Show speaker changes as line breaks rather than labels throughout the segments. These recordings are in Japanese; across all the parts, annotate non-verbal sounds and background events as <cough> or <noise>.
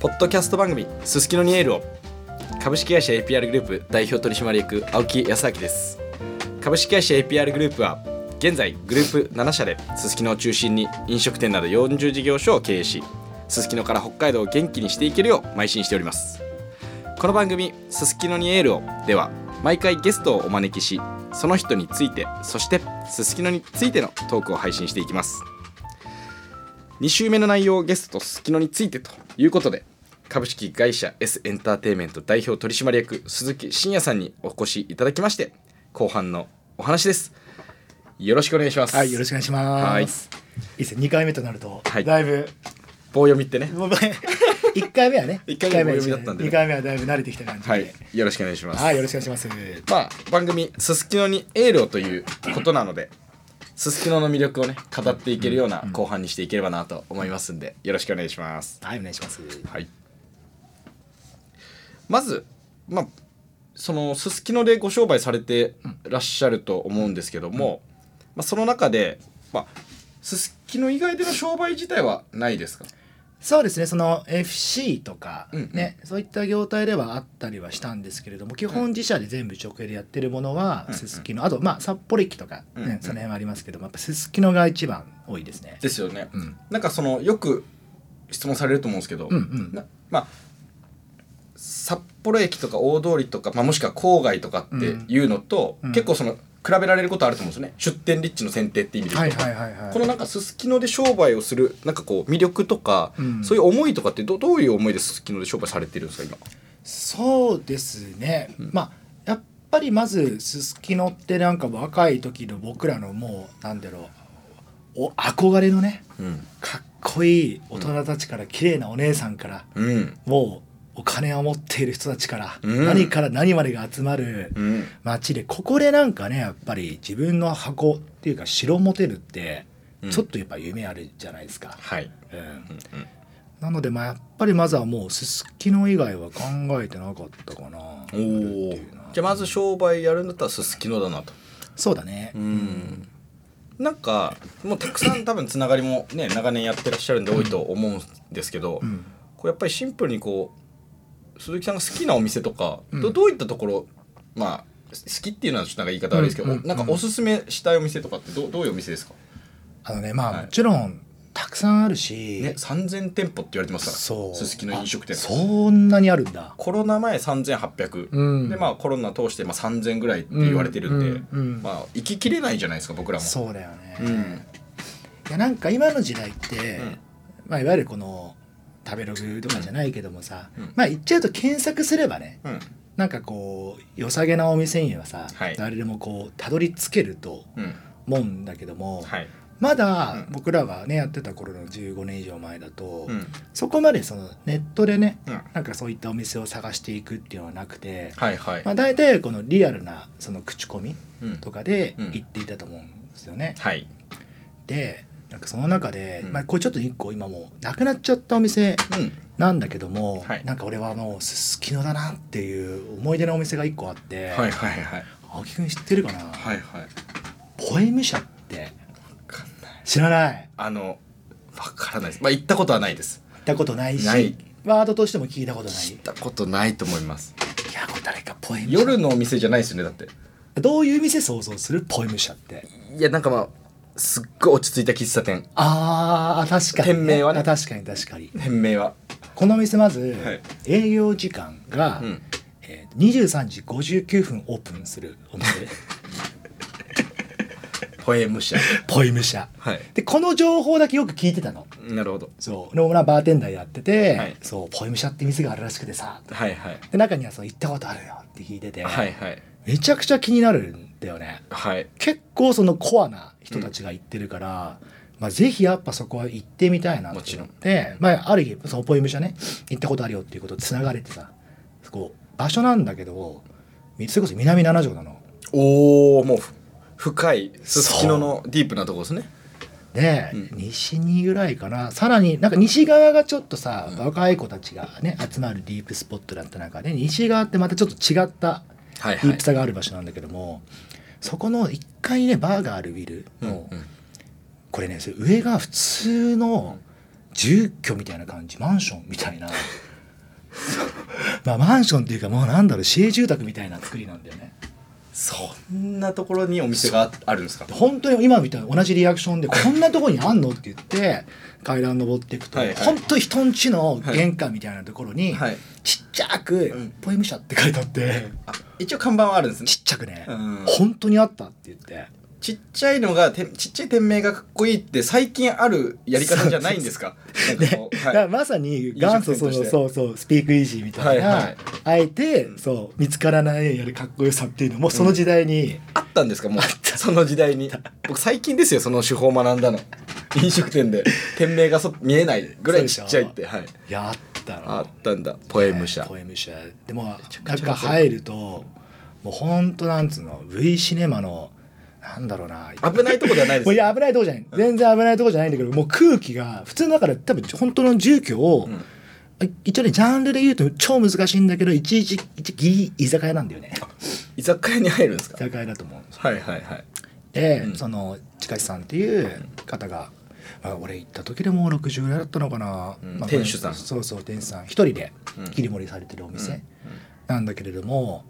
ポッドキャスト番組「すすきのにエールを」株式会社 APR グループ代表取締役青木康明です株式会社 APR グループは現在グループ7社でススキノを中心に飲食店など40事業所を経営しすすきのから北海道を元気にしていけるよう邁進しておりますこの番組「すすきのにエールを」では毎回ゲストをお招きしその人についてそしてすすきのについてのトークを配信していきます2週目の内容をゲストとすすきのについてということで株式会社 S エンターテインメント代表取締役鈴木真也さんにお越しいただきまして後半のお話ですよろしくお願いします
はい、よろしくお願いします。
はい
いですね、二回目となると、
はい
だいぶ。
棒読みってね
もう
<laughs>
一回目はね、
一回目は棒
一
読みだったんでね
二回目はだいぶ慣れてきた感じで。
はいよろしくお願いします
はい、よろしくお願いします。
まあ番組「すすきのにエールを」ということなのですすきのの魅力をね語っていけるような後半にしていければなと思いますんでよろしくお願いします
はい、お願いします。
はいまずまあそのすすきのでご商売されてらっしゃると思うんですけども、まあ、その中でまあすすきの以外での商売自体はないですか
そうですね、その FC とか
うんうん
ね、そういった業態ではあったりはしたんですけれども、基本自社で全部直営でやってるものは
うんうん
すすきの、あとまあ札幌駅とか
うんうん
ね、その辺はありますけども、やっぱすすきのが一番多いですね。
ですよね、
うん、
なんかそのよく質問されると思うんですけど、
うん、うん。
なまあ札幌駅とか大通りとか、まあ、もしくは郊外とかっていうのと、
うんうん
結構その比べられることあると思うんですよね出店立地の選定って意味で言
は
う
い、
と、
はい、はい、はい。
このなんかすすきので商売をするなんかこう魅力とか、
うん
そういう思いとかってどどういう思いですすきので商売されてるんですか
そうですね、
うん
まあやっぱりまずすすきのってなんか若い時の僕らのもうなんだろうお憧れのね
今
かっこいい大人たちから綺麗なお姉さんから、
うんうん
もうお金を持っている人たちから、
うん
何から何までが集まる
うん
街でここでなんかねやっぱり自分の箱っていうか城持てるって
うん
ちょっとやっぱ夢あるじゃないですか。
はい、
うん
うんうん
なのでまあやっぱりまずはもうすすきの以外は考えてなかったかな
お
やるっ
ー
ていうのは
じゃあまず商売やるんだったらすすきのだなと
そうだね、
うんなんかもうたくさん多分つながりもね長年やってらっしゃるんで多いと思うんですけど、
うん
こうやっぱりシンプルにこう鈴木さんが好きなお店とか、
うん
どどういったところまあ好きっていうのはちょっとなんか言い方悪いですけど、
うんうんうん
なんかおすすめしたいお店とかってどどういうお店ですか、
あのねまあ、
はい
もちろんたくさんあるし、
ね、3000店舗って言われてますから
そう
すすきの飲食
あ
店
そんなにあるんだ
コロナ前3800、
うん
でまあコロナ通してまあ3000ぐらいって言われてるんで、
うんうんうん
まあ行ききれないじゃないですか僕らも
そうだよね、
う
い
ん
やなんか今の時代って、
うん
まあ、いわゆるこの食べログとかじゃないけどもさ、
うん
まあ言っちゃうと検索すればね
うん
なんかこう良さげなお店にはさ、
はい
誰でもこうたどり着けると
うん
思うんだけども、
はい、
まだ
うん
僕らがねやってた頃の15年以上前だと、
うん
そこまでそのネットでね
うん、
なんかそういったお店を探していくっていうのはなくて、
はいはい、
まあ、大体このリアルなその口コミ
うん
とかで
うん
行っていたと思うんですよね。
はい
でなんかその中で、
うん
まあ、これちょっと一個今もうなくなっちゃったお店
うん
なんだけども、
はい
なんか俺はもうすすきのだなっていう思い出のお店が一個あって、
はいはいはい
青木くん知ってるかな、
はいはい
ポエム社って
かんない
知らない
あのわからないですまあ行ったことはないです
行ったことないし
ない
ワードとしても聞いたことない
行ったことないと思います
いやこれ誰かポエム社
夜のお店じゃないですよねだって
どういう店想像するポエム社って
いやなんかまあすっごい落ち着いた喫茶店
あー確かに、
店名はね
あ確かに確かに
店名は
この店まず、
はい
営業時間が、
うん
えー、23時59分オープンするお <laughs> 店
ポエム社
ポエム社
はい
でこの情報だけよく聞いてたの
なるほど
そうで俺はバーテンダーやってて、
はい
そうポエム社って店があるらしくてさ
はいはい
で中にはそう行ったことあるよって聞いてて、
はいはい
めちゃくちゃ気になるんだよね
はい
結構そのコアな人たちが行ってるから、まあ、ぜひやっぱそこは行ってみたいな
もち
と
ろん
思って、まあ、ある日そのポエム社ね行ったことあるよっていうことつながれてさそこ場所なんだけどみそれこそ南七条なの。
おおもうふ深いすすきの
そ
のディープなとこですね
で、
うん
西にぐらいかなさらになんか西側がちょっとさ、若い子たちがね集まるディープスポットだった中で西側ってまたちょっと違った
はいは
ディー
い
プさがある場所なんだけども、そこの1階にねバーがあるビルの、
うんうん
これねそれ上が普通の住居みたいな感じマンションみたいなそうまあマンションっていうかもうなんだろう市営住宅みたいな作りなんだよね
そんなところにお店がああるんですか
本当に今みたいな同じリアクションでこんなとこにあんのって言って階段登っていくと、
はいはい
本当に人ん家の玄関みたいなところに、
はい
ちっちゃく
うん
「ポエム社」って書いてあって、
あ一応看板はあるんですね
ちっちゃくね、
うん
本当にあったって言って
ちっちゃいのがてちっちゃい店名がかっこいいって最近あるやり方じゃないんですかなんかこう
だからまさに元祖そ
飲食店とし
の
て
そうそうスピークイージーみたいな、
はいはい
あえてそう見つからないやるかっこよさっていうのもその時代に、
あったんですかもうその時代に僕最近ですよその手法を学んだの飲食店で店名がそ見えないぐらいちっちゃいって、はい、
やったの
あったんだポエム社、
ねポエム社でも
ちゃくちゃ
中入るともうほんとなんつうの V シネマのなんだろうな
危ないとこではないです
もういや危ないとこじゃない全然危ないとこじゃないんだけどもう空気が普通のだから多分本当の住居を、
うん
一応ねジャンルで言うと超難しいんだけどいちいち一ギリ居酒屋なんだよね
居酒屋に入るんです
居
か
酒屋だと思う
はいはいはい
で、
うん
その近地さんっていう方が、あ俺行った時でもう60ぐらいだったのかな、
うん
まあ
店主さん
そうそう店主さん一人で
うん
切り盛りされてるお店、
うん
なんだけれども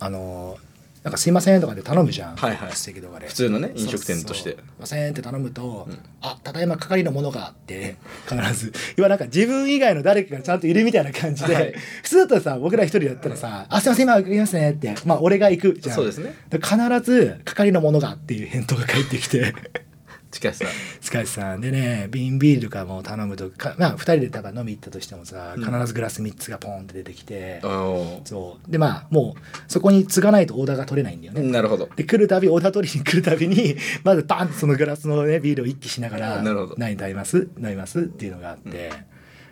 あのなんか「すいません」とかで頼むじゃん、
はいはい
ステーキとかで
普通のね飲食店として
そうそうすいませんって頼むと「
うん
あただいま係のものが」って必ず今なんか自分以外の誰かがちゃんといるみたいな感じで、
はい
普通だったらさ僕ら一人だったらさ「あすいません今行きますね」ってまあ俺が行くじゃん
そうですね
で必ず係のものがっていう返答が返ってきて <laughs>
近さん
塚地さんでね瓶ビールとかも頼むとか、まあ、2人で多分飲み行ったとしてもさ
うん
必ずグラス3つがポンって出てきて、
おー
そうでまあもうそこに継がないとオーダーが取れないんだよね、
なるほど
で来るたびオーダー取りに来るたびに <laughs> まずバンとそのグラスの、ね、ビールを一気しながら
なるほど
何食べます飲みますっていうのがあって、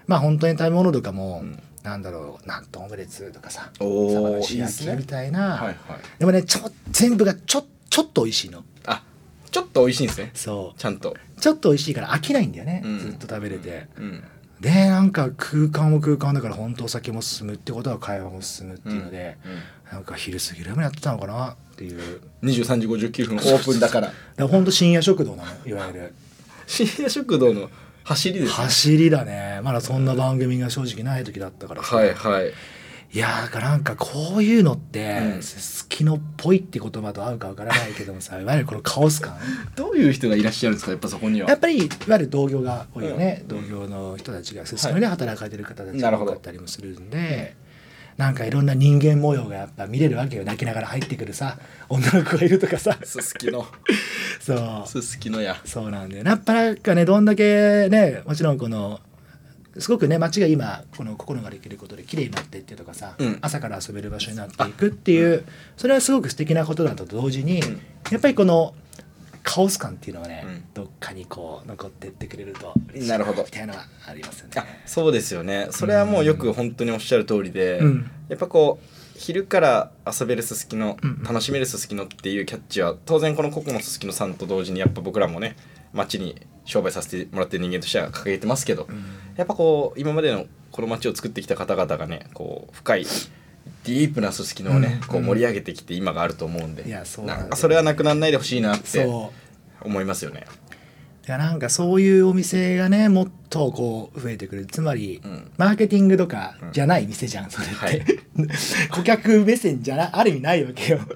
まあ本当に食べ物とかも、
ん
なんだろうなんとオムレツとかさ
おー
サバの
いい
塩
っ
焼
す
き
ね
みたいな
はいはい
でもねちょ全部がちょちょっと美味しいの
あちょっと美味しいんですね
そ
ちゃんと
うちょっと美味しいから飽きないんだよね、
うん
ずっと食べれて、
うん
でなんか空間も空間だから本当お酒も進むってことは会話も進むっていうので、なんか昼過ぎるまでやってたのかなっていうだか
23時59分オープンだから
らほんと深夜食堂なのいわゆる
深夜食堂の走りですね
走りだねまだそんな番組が正直ない時だったからさ
はいはい
いやーだからなんかこういうのって
うん
すすきのっぽいって言葉と合うかわからないけど
<laughs>
もさいわゆるこのカオス感
どういう人がいらっしゃるんですかやっぱそこには
やっぱりいわゆる同業が多いよね、同業の人たちがすすめで働かれてる方たち
な
が
るほ
多
ど
かったりもするんで。なんかいろんな人間模様がやっぱ見れるわけよ泣きながら入ってくるさ女の子がいるとかさ
すすきの
そ
<laughs>
う
すすきのや
そうなんだよなやっぱなんかねどんだけねもちろんこのすごくね街が今この心ができることで綺麗になっていってとかさ、
うん
朝から遊べる場所になっていくっていうそれはすごく素敵なことだと同時に、
ん
やっぱりこのカオス感っていうのはね、
うん
どっかにこう残ってってくれると嬉しい
なるほど
みたいなのはありますよね
あ。そうですよねそれはもうよく本当におっしゃる通りで、
うん
やっぱこう昼から遊べるすすきの、
うんうん
楽しめるすすきのっていうキャッチは当然このココのすすきのさんと同時にやっぱ僕らもね街に商売させてもらってる人間としては掲げてますけど、やっぱこう今までのこの街を作ってきた方々がねこう深いディープなすすきのをね、
うん
こう盛り上げてきて今があると思うんで
いやそうなんだよね
んかそれはなくならないでほしいなって
そう
思います
<laughs>
よね。
いやなんかそういうお店がねもっとこう増えてくるつまり、
うん
マーケティングとかじゃない店じゃん、それって、
はい
<laughs> 顧客目線じゃなある意味ないわけよ
だっ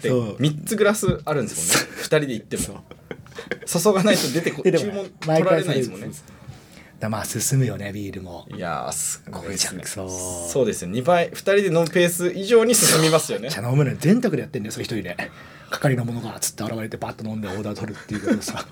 て
そう
3つグラスあるんですもんね2人で行っても
そう
注がないと出てこ
でで
注
も
文
ね
取られないですもんね
毎回それだまあ進むよねビールも
いやーすごいです
めちゃ
ね
くそ
そうですよ2倍2人で飲むペース以上に進みますよね
茶飲むのに全宅でやってんだよそれ一人で係の者がつって現れてバッと飲んでオーダー取るっていうこ
<laughs>
とさ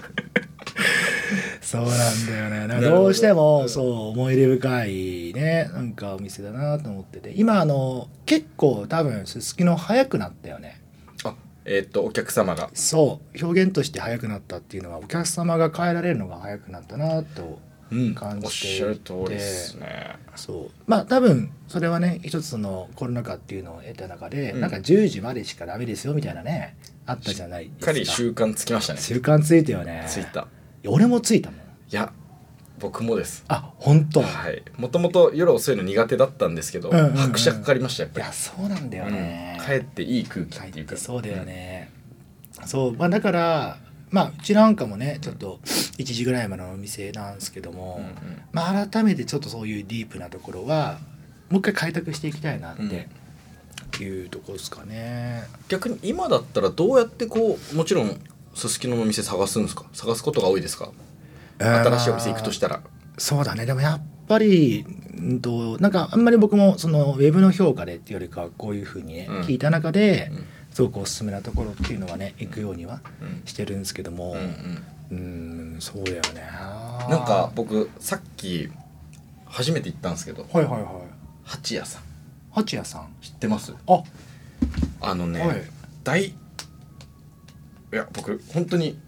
そうなんだよねなんかどうして
なるほどう
も
ん
そう思い出深いねなんかお店だなと思ってて今あの結構多分すすきの早くなったよね
あえーっとお客様が
そう表現として早くなったっていうのはお客様が変えられるのが早くなったなと
うん
感
おっ
じてい
してゃる通りですね
そうまあ多分それはね一つそのコロナ禍っていうのを得た中で、
うん
なんか10時までしかダメですよみたいなねあったじゃない
し
で
っ
す
かり習慣つきましたね
習慣ついたよね
ついた
や俺もついたもん
いや僕もです
あ本当、い、
はいもともと夜遅いの苦手だったんですけど
うんうんうん
拍車かかりましたやっぱり
やそうなんだよね、
うん帰っていい空気
帰
っ
って
いう
て
か
そうだよね、そうまあだからまあうちなんかもねちょっと1時ぐらいまでのお店なんですけども、
うんうん
まあ、改めてちょっとそういうディープなところはもう一回開拓していきたいなっていうところですかね。
逆に今だったらどうやってこうもちろんすすきのの店探すんですか探すことが多いですか新しいお店行くとしたら
そうだねでもやっぱりうんとなんかあんまり僕もそのウェブの評価でっていうよりかはこういうふうにね、
うん
聞いた中で
うん
すごくおすすめなところっていうのはね行くようには
うん
してるんですけども
うんうん
うんそうだよね
なんか僕さっき初めて行ったんですけど
はいはいはい
八谷さん
八谷さん
知ってます
あ、は
あのね、
い
大いや僕本当に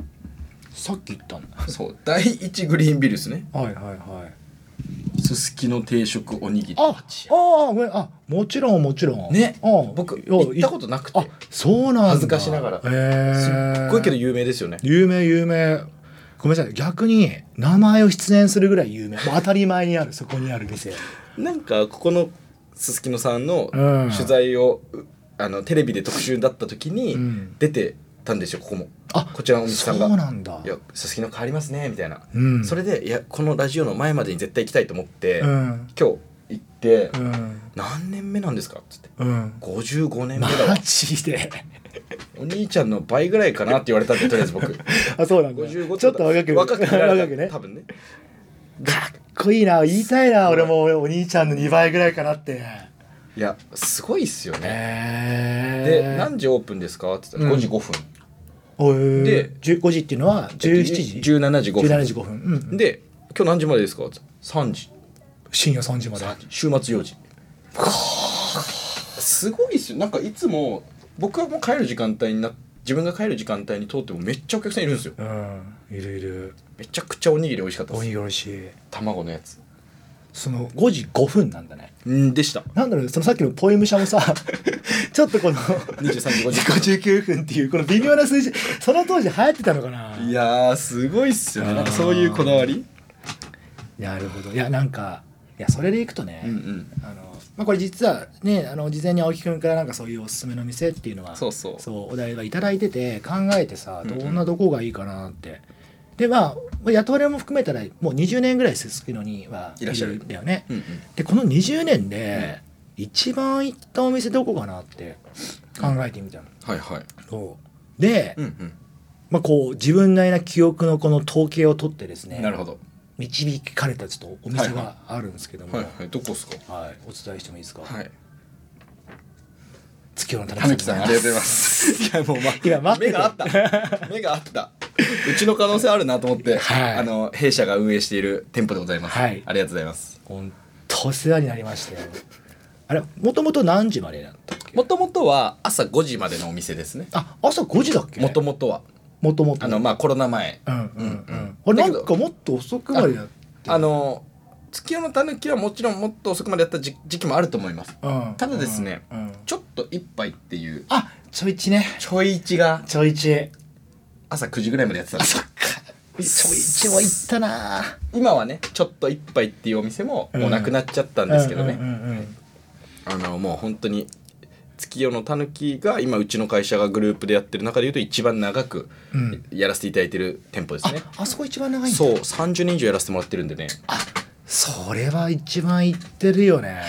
さっき言ったんだ
そう第一グリーンビルですね
はいはいはい
すすきの定食おにぎり
あ
八
ああごめんあもちろんもちろん
ね
あ
僕
いや
行ったことなくて
あそうなんだ
恥ずかしながら
へ
す
ー
っごいけど有名ですよね
有名有名ごめんなさい逆に名前を出演するぐらい有名もう当たり前にあるそこにある店
なんかここのすすきのさんの
うん
取材を、うあのテレビで特集だった時に
うん
出てたんですよここも
あ
こちらのお店
そ
さ
うん
が「
なんだ
いやすすきの変わりますね」みたいな、
うん
それでいやこのラジオの前までに絶対行きたいと思って、
うん
今日行って、
うん
何年目なんですか?」っつって
うん
「55年目
マ
だわ <laughs>
ジで
お兄ちゃんの倍ぐらいかな」って言われたんでとりあえず僕
<laughs> あそうなんだ
55
ちょっと若く
若く見られ
若
た
くね
多分ね
かっこいいな言いたいな俺も俺お兄ちゃんの2倍ぐらいかなって
いやすごいっすよね、
え
で何時オープンですかって言った
う
ら
ん
5時5分、
で
で
15時っていうのは17時
17時5分
17時5分、うん、で
で今日何時までですかって3時
深夜3時まで
週末4時すごいっすよなんかいつも僕はもう帰る時間帯にな自分が帰る時間帯に通ってもめっちゃお客さんいるんですよ
うんいるいる
めちゃくちゃおにぎり美味しかった
お
で
にぎ
す
り美味しい
卵のやつ
その5時5分なんだね
んでした
なんだろうそのさっきのポエム社
<laughs>
もさちょっとこの
23時5
59分っていうこの微妙な数字その当時流行ってたのかな
<laughs> 時いやーすごいっすよねなんかそういうこだわり
なるほどいやなんかいやそれでいくとね、
ん
あのまあ、これ実はねあの事前に青木くんからなんかそういうおすすめの店っていうのは
そうそう
お題はいただいてて考えてさ
うんうん
どんなどこがいいかなって、でまあ雇われも含めたらもう20年ぐらいすすきのにはい
らっしゃる
んだよね
うんうん
でこの20年で一番行ったお店どこかなって考えてみたの、
はいはい
そうで、
うんうん
まあ、こう自分なりな記憶のこの統計を取ってですね
なるほど
導かれたちょっとお店があるんですけども、
は
はい
いはいどこっすか
お伝えしてもいいですか、
はい
月夜のた
たぬきさんありがとうございます。いやもう、ま、
今待って
目があった。目があった。うちの可能性あるなと思って、
はい
あの弊社が運営している店舗でございます。
はい
ありがとうございます。
本当お世話になりましたよあれもともと何時までだったっけ
もともとは朝5時までのお店ですね。
あ朝5時だっけ
もともとは
もともと
あのまあコロナ前、
うんうんうんあ
うん
れ
だけ
な
ど
んかもっと遅くまでだって
あの月夜のたぬきはもちろんもっと遅くまでやった時時期もあると思います。
うん
ただですね
うんうん
ちょっと一杯っていう
あちょいちね
ちょい一が
ちょいち
朝9時ぐらいまでやってたんです。
ちょいちも行ったな
今はねちょっと一杯っていうお店ももうなくなっちゃったんですけどね。
うんうんうん
あのもう本当に月夜のたぬきが今うちの会社がグループでやってる中でいうと一番長く
うんうん
やらせていただいてる店舗ですね、
ああそこ一番長いんだ
そう30人以上やらせてもらってるんでね
あそれは一番行ってるよね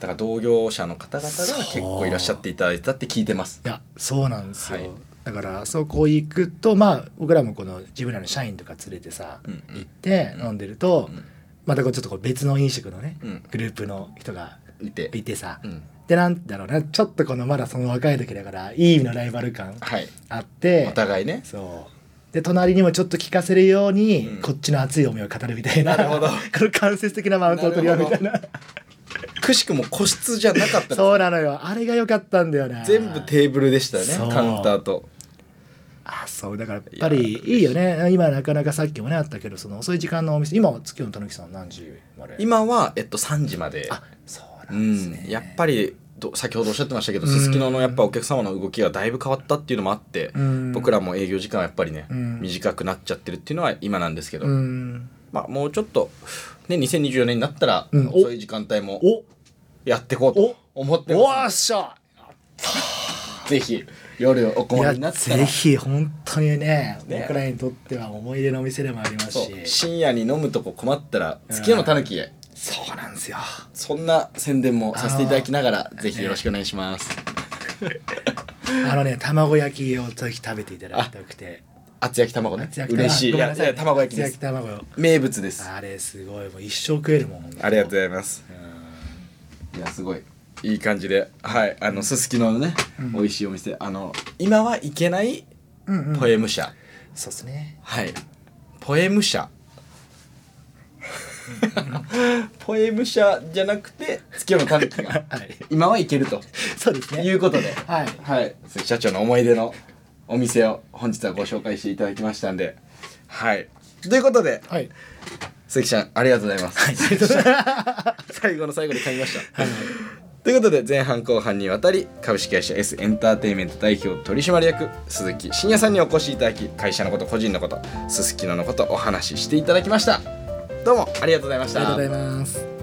だから同業者の方々が結構いらっしゃっていただいたって聞いてます
いやそうなんですよ、
はい
だからあそこ行くとまあ僕らもこの自分らの社員とか連れてさ、
うんうん
行って飲んでると、
うん
またこうちょっとこう別の飲食のね、
うん
グループの人が
いて
いてさ、
うん
でなんだろうなちょっとこのまだその若い時だからいい意味のライバル感
はい
あって
お互いね
そうで隣にもちょっと聞かせるように、
うん
こっちの熱い思いを語るみたいな
なるほど
<laughs> この間接的なマウントを取り合うみたいな
くしくも個室じゃなかった
そうなのよあれが良かったんだよね
全部テーブルでした
そう
ねカウンターと
あそうだからやっぱりいいよね今なかなかさっきもねあったけどその遅い時間のお店今は月夜のたぬきさん何時まで
今は、えっと、3時まで
あそう
う
なんですね、
ん、やっぱりど先ほどおっしゃってましたけどすすきののやっぱお客様の動きがだいぶ変わったっていうのもあって、
うん
僕らも営業時間はやっぱりね、
うん
短くなっちゃってるっていうのは今なんですけど、
うん
まあ、もうちょっと、ね、2024年になったら、
うん
遅い時間帯も
お
やっていこうと思って
お
ま
っしゃ
すぜひ夜お
い
困
や
りになったら
ぜひ本当にね
ね
僕らにとっては思い出のお店でもあります
そ
し
う深夜に飲むとこ困ったら月夜のたぬきへ
そうなんですよ
そんな宣伝もさせていただきながらぜひよろしくお願いします
あのね卵焼きをぜひ食べていただきたくて
厚焼き卵ね
厚焼き
嬉しいい
ごめ
や
んないさい
や卵焼きで
厚
す
焼き卵
名物です
あれすごいもう一生食えるもん
ありがとうご
う
ざいますいやすごいいい感じではいあのすすきののね
うん
美味しいお店あの今は行けない
うんうん
ポエム社
そうですね
はいポエム社 <laughs> ポエム社じゃなくて月夜のたぬきが
<laughs> はい
今は行けると
そうです
い
ね
うことで
はい
はい、社長の思い出のお店を本日はご紹介していただきましたんで、はい。ということで、
はい
鈴木ちゃん、ありがとうございます。 <laughs> 最後の最後で噛みました。ということで、前半後半にわたり、株式会社 S エンターテインメント代表取締役、鈴木真也さんにお越しいただき、会社のこと、個人のこと、すすきののこと、お話ししていただきました。どうもありがとうございまし
ありがと
た
うござ。います